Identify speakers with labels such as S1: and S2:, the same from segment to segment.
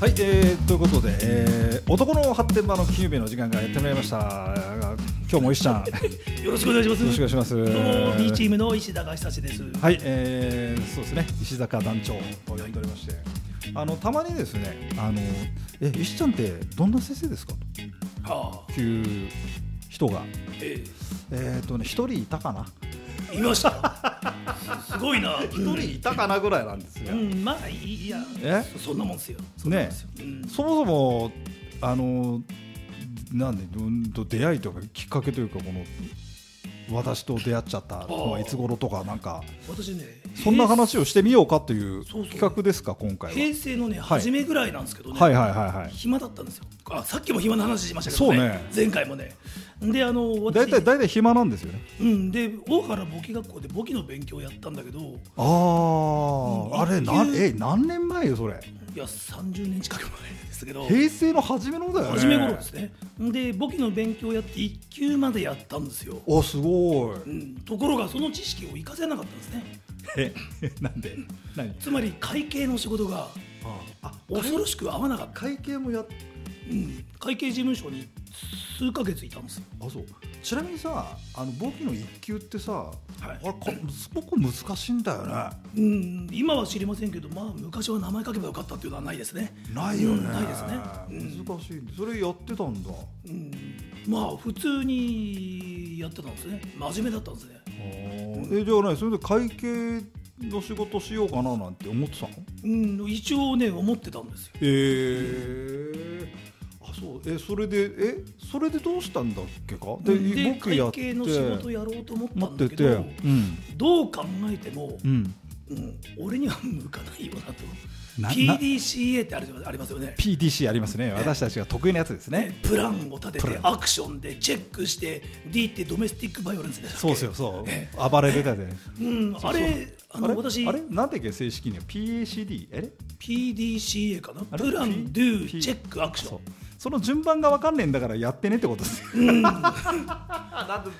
S1: はい、えー、ということで、えー、男の発展場の金曜日の時間がやってまいりました。今日も石ち ゃん、よ
S2: よろしくお願いします。
S1: ろしくお願いします。
S2: どうも B チームの石田が久志です。
S1: はい、えー、そうですね、石坂団長と呼んでおりまして、あのたまにですね、あのえ石ちゃんってどんな先生ですか
S2: はあ、
S1: という人が、
S2: え
S1: えっ、ー、とね一人いたかな、
S2: え、いました。 すごいな。
S1: 一人いたかなぐらいなんです
S2: う
S1: が、
S2: ん、まあいいいや、
S1: え
S2: そそんなもんですよ。
S1: ね、
S2: うん、
S1: そもそもあのなんでうんと出会いとかきっかけというかこの私と出会っちゃったのはいつ頃とかなんか
S2: 私ね、
S1: そんな
S2: 平
S1: 話をしてみようかという
S2: そうそう
S1: 企画ですか今回
S2: 平成のね、
S1: はい
S2: 初めぐらいなんですけどね。
S1: は。はいはいはいはい。
S2: 暇だったんですよ。あ、さっきも暇の話しましたけど
S1: そう
S2: ね。
S1: ね
S2: 前回もね。で、あの、
S1: 大
S2: 私、
S1: 体大体暇なんですよね。
S2: うん、で、大原簿記学校で簿記の勉強をやったんだけど、
S1: あああれな
S2: うん
S1: え何年前よそれ。
S2: いや、30年近く前ですけど。
S1: 平成の初めのだよね。
S2: 初め頃ですね。で、簿記の勉強をやって1級までやったんですよ。
S1: おすごい。
S2: うん、ところがその知識を活かせなかったんですね
S1: え なんで何？
S2: つまり会計の仕事が
S1: あ
S2: 恐ろしく合わなかった、
S1: 会計もやっ
S2: うん、会計事務所に数ヶ月いたんですよ
S1: あそうちなみにさあの簿記の一級ってさ、
S2: い
S1: あれかすごく難しいんだよね
S2: うん今は知りませんけどまあ昔は名前書けばよかったっていうのはないですね
S1: ないよね、
S2: うんないですねうん
S1: 難しいそれやってたんだ、
S2: うんまあ普通にやってたんですね真面目だったんですね
S1: えじゃあねそれで会計の仕事しようかななんて思ってたの
S2: うん一応ね思ってたんですよ
S1: へえあそうえそれでえそれでどうしたんだっけかで
S2: で
S1: 僕や
S2: 会
S1: って
S2: 計の仕事やろうと思った
S1: 待
S2: ん
S1: って
S2: だけ
S1: て
S2: ど
S1: うん
S2: どう考えても、
S1: うん
S2: うん、俺には向かないよなと
S1: なな
S2: PDCA ってあるじゃありますよね
S1: PDC ありますね私たちが得意なやつですね
S2: プランを立て
S1: プラ
S2: て
S1: ン
S2: アクションでチェックして D ってドメスティックバイオレンスでしたっけ
S1: そうですよそう、
S2: え
S1: 暴れてたで、ね
S2: うん、あれあの
S1: あれ
S2: 私
S1: あれなんていうか正式には PACD あれ
S2: PDCA かな
S1: あれ
S2: プラン
S1: P-
S2: ドゥ
S1: P-
S2: チェックアクシ
S1: そう
S2: ョン
S1: その順番がわかんねえんだからやってねってことですよ、 なんで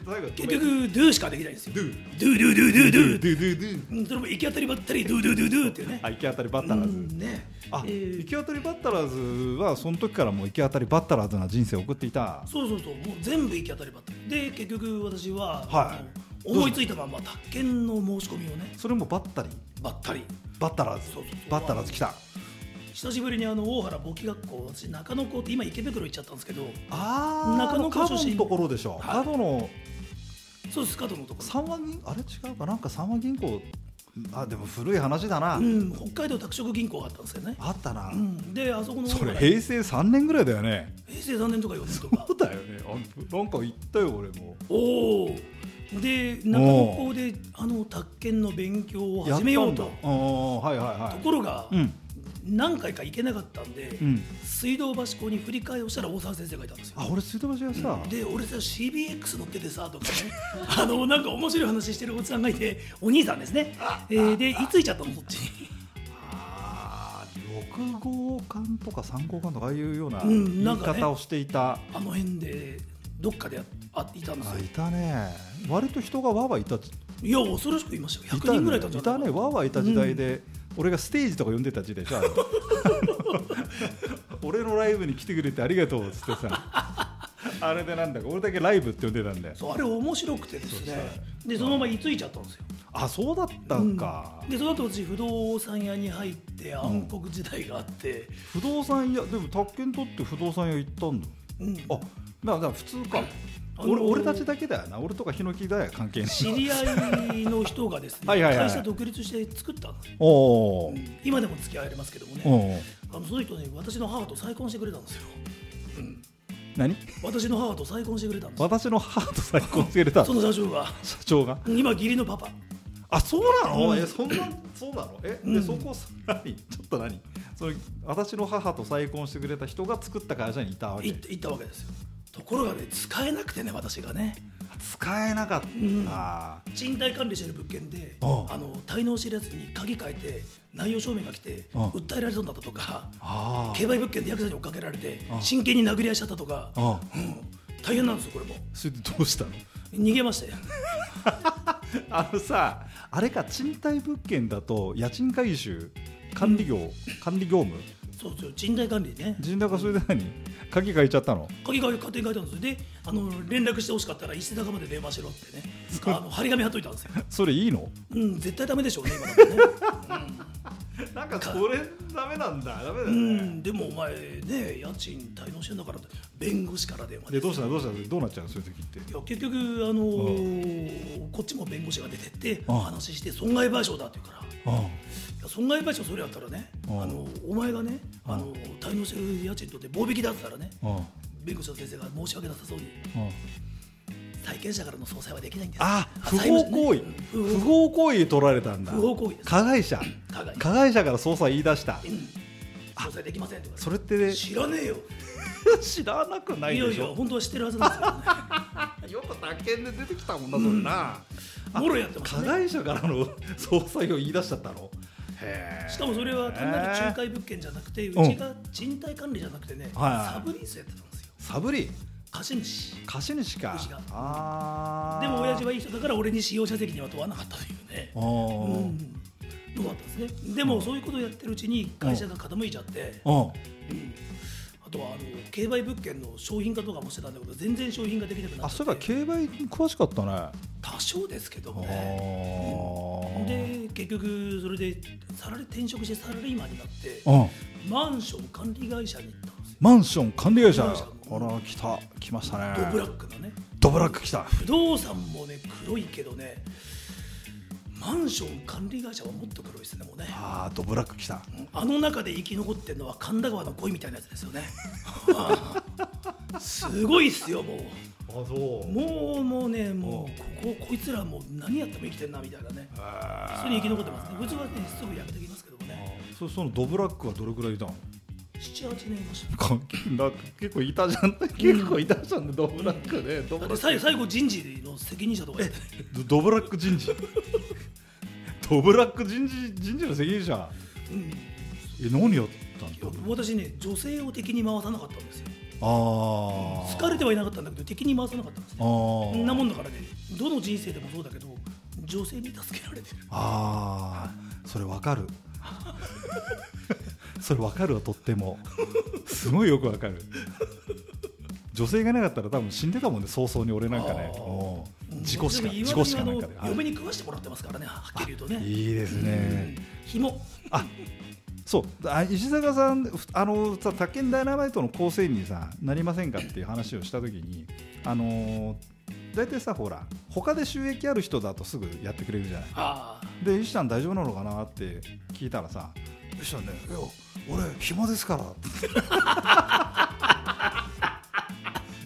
S1: 最後
S2: 結局ドゥしかできないんですよドゥドゥドゥドゥドゥ
S1: ドゥドゥドゥ
S2: うんそれも行き当たりばったりドゥドゥドゥドゥっていうね
S1: あ行き当たりバッ
S2: う
S1: タラーズ、
S2: んね
S1: あ、
S2: えー
S1: 行き当たりバッタラーズはその時からもう行き当たりバッタラーズな人生を送っていた
S2: そうそうそうもう全部行き当たりばったりで結局私
S1: は
S2: は、
S1: い
S2: あの思いついたまんま宅建の申し込みをね
S1: それもバッタリ
S2: ばったり
S1: バッタラーズ
S2: そうそうそう
S1: バッタラーズ来た
S2: 久しぶりにあの大原簿記学校私中野校って今池袋行っちゃったんですけど
S1: あー
S2: 中野
S1: 角
S2: 区
S1: の
S2: 出身
S1: ところでしょ、
S2: はい
S1: 角の
S2: そうです角のとこ
S1: 三和銀あれ違うかなんか三和銀行あでも古い話だな、
S2: ろ、うん、北海道拓殖銀行があったんですよね、
S1: あったな、
S2: うん、であそこの
S1: それ
S2: 平
S1: 平成3年ぐらいだよね
S2: 成3年とか4年とか
S1: そうだよねあなんか言ったよ俺も
S2: おおで中野校であの宅建の勉強を始めようと
S1: やったんだうんはいはい
S2: と
S1: はい
S2: ころが、
S1: うん
S2: 何回か行けなかったんで、
S1: うん
S2: 水道橋校に振り替えをしたら大沢先生がいたんですよ
S1: あ俺水道橋がさ、
S2: で俺さ CBX 乗っててさとかねあのなんか面白い話してるおじさんがいてお兄さんですね、えーでいついちゃったのそっち
S1: あー6号館とか3号館とかああいうような
S2: う
S1: 言
S2: ん
S1: い
S2: なんかね
S1: 方をしていた、
S2: あの辺でどっかであいたんですよ
S1: あいたね割と人がわわいたい
S2: いや恐ろしくいましたよ100
S1: た
S2: 人ぐらい
S1: ね
S2: いたんじゃ
S1: い
S2: な
S1: た
S2: い
S1: ねわわいた時代で、俺がステージとか呼んでた時代じゃ ん俺のライブに来てくれてありがとうっつってさあれでなんだか俺だけライブって呼んでたんだよ
S2: そうあれ面白くてですねでそのまま居ついちゃったんですよ
S1: あそうだったんか、
S2: でその後私不動産屋に入って暗黒時代があって、
S1: 不動産屋でも宅建取って不動産屋行ったんだ
S2: うん
S1: あだから普通か、
S2: あのー
S1: 俺俺たちだけだよな俺とかヒノキだよ関係ない
S2: 知り合いの人がですね
S1: はいはいはい
S2: 会社独立して作ったんですよ、
S1: おお
S2: う
S1: ー、
S2: ん今でも付き合いますけどもね、
S1: うん、
S2: あのその人ね私の母と再婚してくれたんですよ、うん、
S1: 何
S2: 私の母と再婚してくれたんですよ
S1: 私の母と再婚してくれた
S2: そ
S1: 社
S2: の社長が
S1: 長が
S2: 今義理のパパ
S1: あそうなの、
S2: うん
S1: えそんなそうなのえ、で
S2: うん
S1: そこさ何ちょっと何それ私の母と再婚してくれた人が作った会社にいたわ
S2: い
S1: け
S2: 行ったわけですよところがね使えなくてね私がね
S1: 使えなかった、
S2: ん
S1: あ
S2: 賃貸管理してる物件で
S1: ああ
S2: あの滞納してるやつに鍵変えて内容証明が来て
S1: ああ
S2: 訴えられそうになったとか
S1: あ
S2: 競売物件でヤクザに追っかけられて
S1: ああ
S2: 真剣に殴り合いしちゃったとか
S1: ああ
S2: うん大変なんですよこれも
S1: それでどうしたの
S2: 逃げましたよ
S1: あのさあれか賃貸物件だと家賃回収管理業、管理業務
S2: そうそう人体管理ね
S1: 陣田がそれで何鍵変えちゃったの
S2: 鍵が勝手に書いてあるんですよであの連絡してほしかったら伊勢高まで電話しろってねあの張り紙貼っといたんですよ、
S1: それいいの
S2: うん、絶対ダメでしょうね今だ ってね
S1: なんかそれダメなんだダメだ
S2: うん、でもお前ね家賃滞納してんだからって弁護士から電話
S1: で
S2: で
S1: どうしたのどうしたのどうなっちゃうのそういう時って
S2: いや結局、あのーこっちも弁護士が出てって
S1: うん
S2: 話して損害賠償だって言うからい
S1: あ
S2: や損害賠償それやったらねあ
S1: うん
S2: のお前がねあの滞納してる家賃とって棒引きだったらね
S1: ああ
S2: 弁護士の先生が申し訳なさそうに
S1: あ
S2: 債権者からの総裁はできないんです
S1: あ不
S2: 債務
S1: 法行
S2: 者
S1: 為
S2: ねうん
S1: 不
S2: 不法
S1: 法行為取られたんだ
S2: 不法行為です
S1: 加害者
S2: 加害
S1: 加害者から捜査言い出した
S2: 総裁できませんって言われて
S1: それって
S2: 知らねえよ
S1: 知らなくないい
S2: や
S1: で
S2: い
S1: し
S2: や
S1: ょ
S2: 本当は知ってるはずなんですけ どね
S1: よく宅建で出てきたもんなそれな
S2: もろやってました
S1: 加
S2: ね
S1: 害者からの捜査を言い出しちゃったのへ
S2: しかもそれは単なる仲介物件じゃなくて、
S1: ー
S2: うちが賃貸管理じゃなくてね、
S1: はいはい
S2: サブリースやってたんですよ、
S1: サブリ
S2: 貸し主。
S1: 貸主か
S2: 貸主が
S1: あー
S2: でも親父はいい人だから、俺に使用者責任は問わなかったというね、
S1: あー
S2: うん、のがあったんですね。でも、そういうことをやってるうちに、会社が傾いちゃって、
S1: うん
S2: うんあとはあの競売物件の商品化とかもしてたんだけど、全然商品化できなくな
S1: あ
S2: っち
S1: そ
S2: ゃ
S1: ういえ
S2: っ
S1: ば
S2: て、
S1: 競売に詳しかったねあ
S2: 多少ですけどもね。
S1: ー
S2: で結局それでサラリ転職してサラリーマンになって
S1: うん
S2: マンション管理会社に行ったんですよ
S1: マンション管理会社
S2: マンショ
S1: あ
S2: ン
S1: ら来た来ましたね
S2: ドブラックのね
S1: ドブラック来た
S2: 不動産もね黒いけどねマンション管理会社はもっと黒いですねもうね
S1: あードブラック来た
S2: あの中で生き残ってるのは神田川の恋みたいなやつですよねすごいっすよもう
S1: あそう
S2: もうもうねもうこここいつらもう何やっても生きてんなみたいなね普通に生き残ってますねうちはねすぐやめてきますけどもね
S1: そそのドブラックはどれくらいいたの
S2: 78年いました
S1: かなんか結構いたじゃん結構いたじゃんねドブラックねドブラ
S2: だって
S1: ック
S2: 最最後人事の責任者とかやって
S1: ドドブラック人事 ドブラック人事人事の責任者
S2: うん
S1: え何やったんだ
S2: 私ね女性を敵に回さなかったんですよ
S1: ああ
S2: 疲れてはいなかったんだけど敵に回さなかったんですね
S1: あー
S2: そんなもんだからねどの人生でもそうだけど女性に助けられてる
S1: あーそれわかる それわかるわとってもすごいよくわかる女性がいなかったら多分死んでたもんね早々に俺なんかね
S2: あー
S1: うん事故しか
S2: でも
S1: 事故しかなんか
S2: い
S1: で
S2: わ
S1: は
S2: ゆるあの
S1: い
S2: 嫁に食わしてもらってますからねはっきり言うとね
S1: いいですね
S2: 紐
S1: あそうあ石坂さんふあのさ「宅建ダイナマイト」の構成員にさなりませんかっていう話をした時にあのー大体さほら他で収益ある人だとすぐやってくれるじゃない
S2: ああ
S1: で石さん大丈夫なのかなって聞いたらさ石さんね「いや俺暇ですから」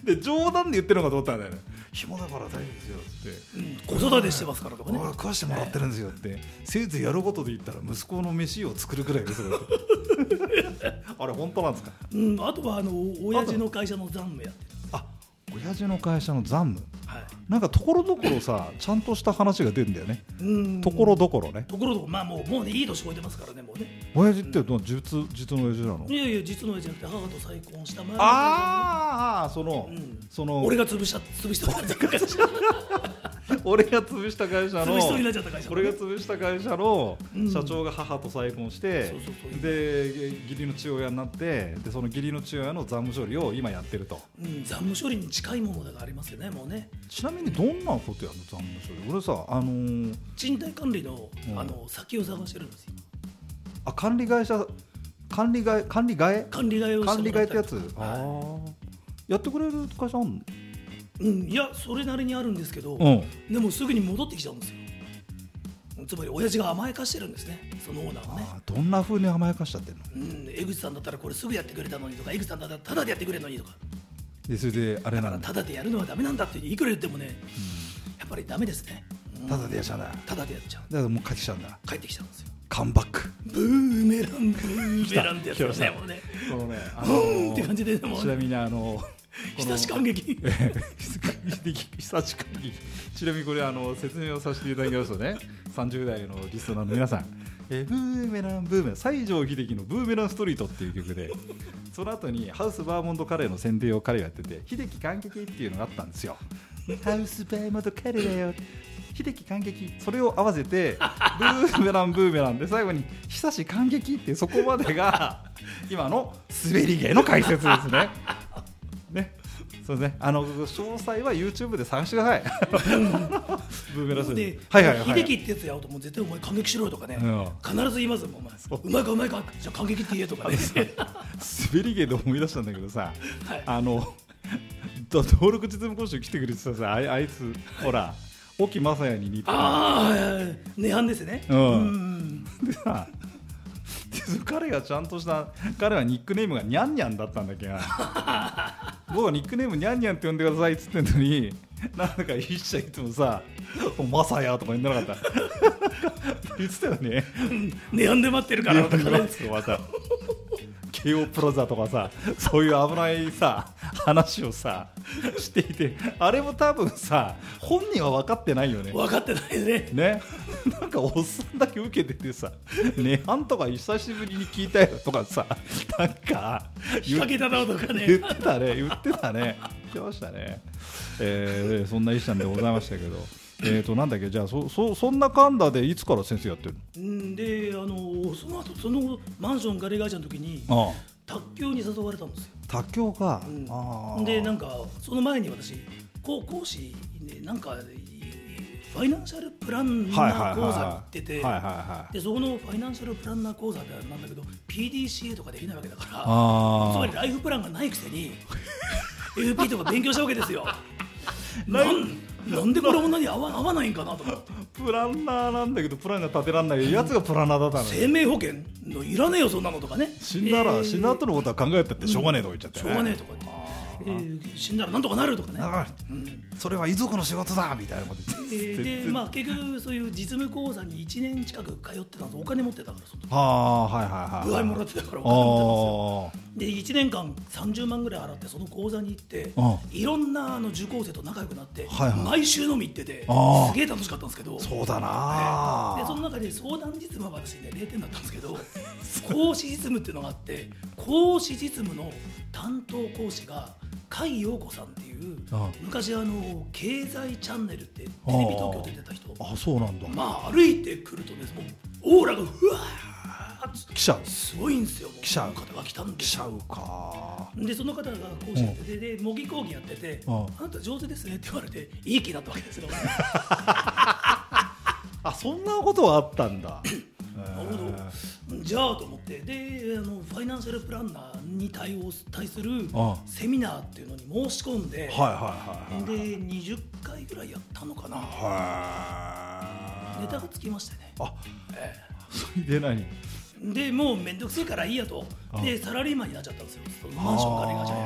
S1: で冗談で言ってるのかと思ったんだよね「暇だから大丈夫ですよ」って。
S2: うん子育てしてますからとかね
S1: 俺は食わしてもらってるんですよって、せいぜいやることで言ったら息子の飯を作るぐらいです よあれ本当なんですか
S2: うんあとはあの親父の会社の残務やって
S1: あ親父の会社の残務
S2: るは
S1: なんかところどころさちゃんとした話が出るんだよね
S2: いうん
S1: ところどころね
S2: ところどころまあもうもうねいい年超えてますからねもうね
S1: 親父ってどう実実の親父なの
S2: いやいや実の親じゃなくて母と再婚した前の会社の
S1: あーあーその、
S2: うん
S1: その
S2: 俺が潰した潰した 会社潰し
S1: 俺が潰した会社の
S2: そうになっちゃった会社
S1: 俺が潰した会社の
S2: うん
S1: 社長が母と再婚して、
S2: そうそうそう
S1: で義理の父親になってでその義理の父親の残務処理を今やってると
S2: うん残務処理に近いものがありますよねもうね
S1: ちなみにどんなことやるの残務処理俺さあのー
S2: 賃貸管理の,、
S1: うん
S2: あの先を探してるんですよ
S1: あ管理会社管理会管理会
S2: 管理会をして
S1: 管
S2: も
S1: 理
S2: ら
S1: 会
S2: い
S1: ったて
S2: り
S1: や
S2: と
S1: つ
S2: か
S1: あ
S2: は
S1: ーやってくれる会社あん
S2: いうん、いやそれなりにあるんですけど、
S1: のうん
S2: でもすぐに戻ってきちゃうんですよつまり親父が甘やかしてるんですねそのオーナーをね
S1: あーどんな風に甘やかしちゃってるの
S2: うん、江口さんだったらこれすぐやってくれたのにとか江口さんだったらただでやってくれるのにとか
S1: でそれであれなんだ
S2: ただでやるのはダメなんだっていくら言ってもね、やっぱりダメですね、うん
S1: ただでやっちゃうんだだか
S2: ただでやっちゃう
S1: らもう帰ってきちゃうんだ
S2: 帰ってきちゃうんですよ
S1: カムバック
S2: ブーメランブーメランってやつですねもうね
S1: このね、あ
S2: ブ
S1: の
S2: ーンって感じでもう
S1: ちなみにあ の、
S2: ひたし感激
S1: えへへ久しくにちなみにこれあの説明をさせていただきますとね、30代のリスナーの皆さん、えーブーメランブーメラン西城秀樹のブーメランストリートっていう曲で、その後にハウスバーモントカレーの宣伝を彼がやってて、秀樹感激っていうのがあったんですよ。ハウスバーモントカレーだよ。秀樹感激それを合わせてブーメランブーメランで最後に久し感激っていうそこまでが今の滑り芸の解説ですね。ねそうですね、あの詳細は YouTube で探してく ださい。ブーメランス
S2: で、
S1: はいはいはい、
S2: 秀樹ってやつやるともう絶対お前感激しろよとかね、
S1: うん
S2: 必ず言いますもん
S1: そう
S2: お前うまいかうまいかじゃあ感激って言えとかね
S1: 滑り芸で思い出したんだけどさ、
S2: はい
S1: あのど登録実務講習来てくれてたさあいあいつほら沖正也に似てた
S2: ああ値段ですね
S1: うん
S2: ん
S1: でさでその彼がちゃんとした彼はニックネームがニャンニャンだったんだっけど 僕はニックネームニャンニャンって呼んでくださいっつってんのになんだか一社いつもさ「おまさや」とか言んなかった言ってたよね
S2: 値段で待ってるからとかね
S1: また京王プラザとかさそういう危ないさ話をさしていてあれも多分さ本人は分かってないよね
S2: 分かってないね
S1: ね なんかおっさんだけ受けてて さ「涅槃とか久しぶりに聞いたよ」とかさなんか
S2: 仕掛けただとか
S1: 言
S2: ね
S1: ってたね言ってたね言ってましたね、えーそんな石さんでございましたけどえっとなんだっけじゃあそそそんなかんだでいつから先生やってる
S2: うんであのその後そのマンションガレ会社の時に
S1: のああ
S2: 卓球に誘われたんですよ
S1: 多教か、
S2: うん
S1: ああ
S2: でなんかその前に私高講師でなんかファイナンシャルプランナ
S1: はいはい
S2: ー
S1: はい
S2: 講座行ってて
S1: はいはいはい
S2: でそこのファイナンシャルプランナー講座ってあれなんだけど PDCA とかできないわけだからつま
S1: あ
S2: りライフプランがないくせに FP とか勉強したわけですよ。な
S1: ライ
S2: んなんでこれ女に合わ合わないんかなと思って
S1: あプランナーなんだけどプランが立てらんないやつがプランナーだったの
S2: 生
S1: よ
S2: 命保険のいらねえよそんなのとかね
S1: 死んだら、
S2: えー
S1: 死んだ後のことは考えたってしょうがねえとか言っちゃって、
S2: しょうがねえとかね、えー死んだらなんとかなるとかね
S1: だから
S2: うん
S1: それは遺族の仕事だみたいなこと言っ
S2: え
S1: て
S2: ーでまあ、結局、そういう実務講座に1年近く通ってたんです、お金持ってたから、その時
S1: はあはいはいはい
S2: 具合もら
S1: ら
S2: ってたから、お金持って
S1: ああ
S2: たんですよ。で、1年間30万ぐらい払って、その講座に行って
S1: あ、
S2: いろんなあの受講生と仲良くなって、
S1: はいはい
S2: 毎週飲み行ってて、
S1: あー
S2: すげえ楽しかったんですけど、
S1: そうだな
S2: でその
S1: あ
S2: 中で相談実務は私ね0点だったんですけど講師実務っていうのがあって講師実務の担当講師が甲斐陽子さんっていう
S1: ああ
S2: 昔あの経済チャンネルってテレビ東京で出てた人
S1: あそうなんだ、
S2: まあ歩いてくるとねもうオーラがふわーっと
S1: 記者
S2: すごいんですよもう
S1: 記者
S2: この方が来たんで
S1: 記
S2: す
S1: 者
S2: よ
S1: か
S2: でその方が講師やっててで模擬講義やってて「
S1: うん
S2: あなた上手ですね」って言われていい気だったわけですよ
S1: あそんなことはあったん だ
S2: なるほどじゃあと思ってであのファイナンシャルプランナーに対応す対する
S1: ああ
S2: セミナーっていうのに申し込ん
S1: はい
S2: で、
S1: はいはいはい
S2: で20回ぐらいやったのかな
S1: は
S2: ネタがつきましてね
S1: あそれで何
S2: でもう面倒くせえからいいやと
S1: あ
S2: でサラリーマンになっちゃったんですよそのマンション借りがじゃ
S1: あー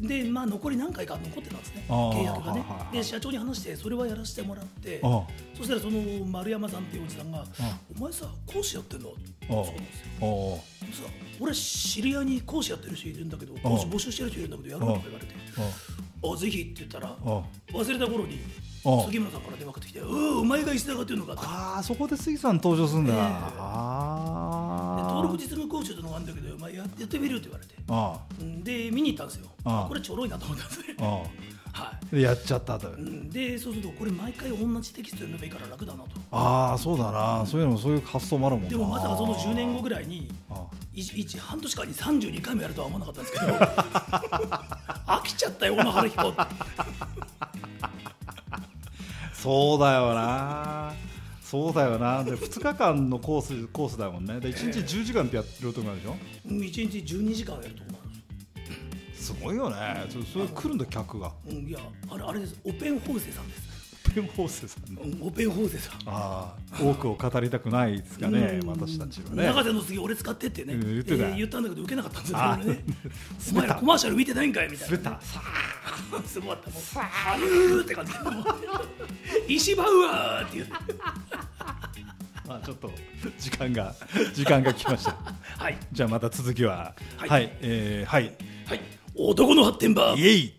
S2: でで、まあ、残り何回か残ってたんですね
S1: あー
S2: 契約が
S1: はい
S2: ね
S1: はいはい
S2: で社長に話してそれはやらせてもらって
S1: あ
S2: そしたらその丸山さんっていうおじさんが「お前さ講師やってんだ」そうなんですよ
S1: あー
S2: さ俺知り合いに講師やってる人いるんだけど講師募集してる人いるんだけどやるのとか言われて「あぜひ」って言ったら
S1: あ
S2: 忘れた頃に
S1: あ
S2: 杉村さんから電話かかってきて「うんお前が石田かっていうのか」って
S1: あーそこで杉さん登場するんだ、
S2: ええ
S1: あ
S2: で
S1: ー
S2: 登録実務講習ってのがあるんだけどお前ややってみるよって言われて
S1: あ
S2: うんで見に行ったんですよ
S1: あ
S2: これちょろいなと思ったんですね
S1: ああ
S2: はい
S1: あでやっちゃったと、
S2: うんでそうするとこれ毎回同じテキスト読めばいいから楽だなと
S1: ああそうだなそういうのもそういう発想もあるもんな
S2: でもまさかその10年後ぐらいに
S1: あ
S2: い一半年間に32回もやるとは思わなかったんですけど 飽きちゃったよ小野晴彦
S1: そうだよなそうだよなで2日間のコースコースだもんねで1日10時間ってやってるとこなんでしょ
S2: うん一日12時間やるとこもあ
S1: すごいよねそそれ来るんだ客が
S2: るんですうんいやあれあれですオペンホーセさんです、
S1: ペンホースさんの
S2: うんオペンホーセさん
S1: ああ多くを語りたくないですかね
S2: うん
S1: 私たちはね
S2: 永瀬の次俺使ってってね、
S1: うん言ってた
S2: えー言ったんだけど受けなかったんですよ
S1: あ
S2: 俺ねお
S1: 滑
S2: 前
S1: った
S2: らコマーシャル見てないんかいみたい
S1: 滑
S2: な
S1: ったさあ
S2: すごかったもう「あるー」って感じ 石バウアーっていう
S1: まあちょっと時間が時間が来ました。
S2: はい
S1: じゃあまた続きは
S2: はい
S1: はい、えーはい、
S2: はい男の発展場
S1: イエイ。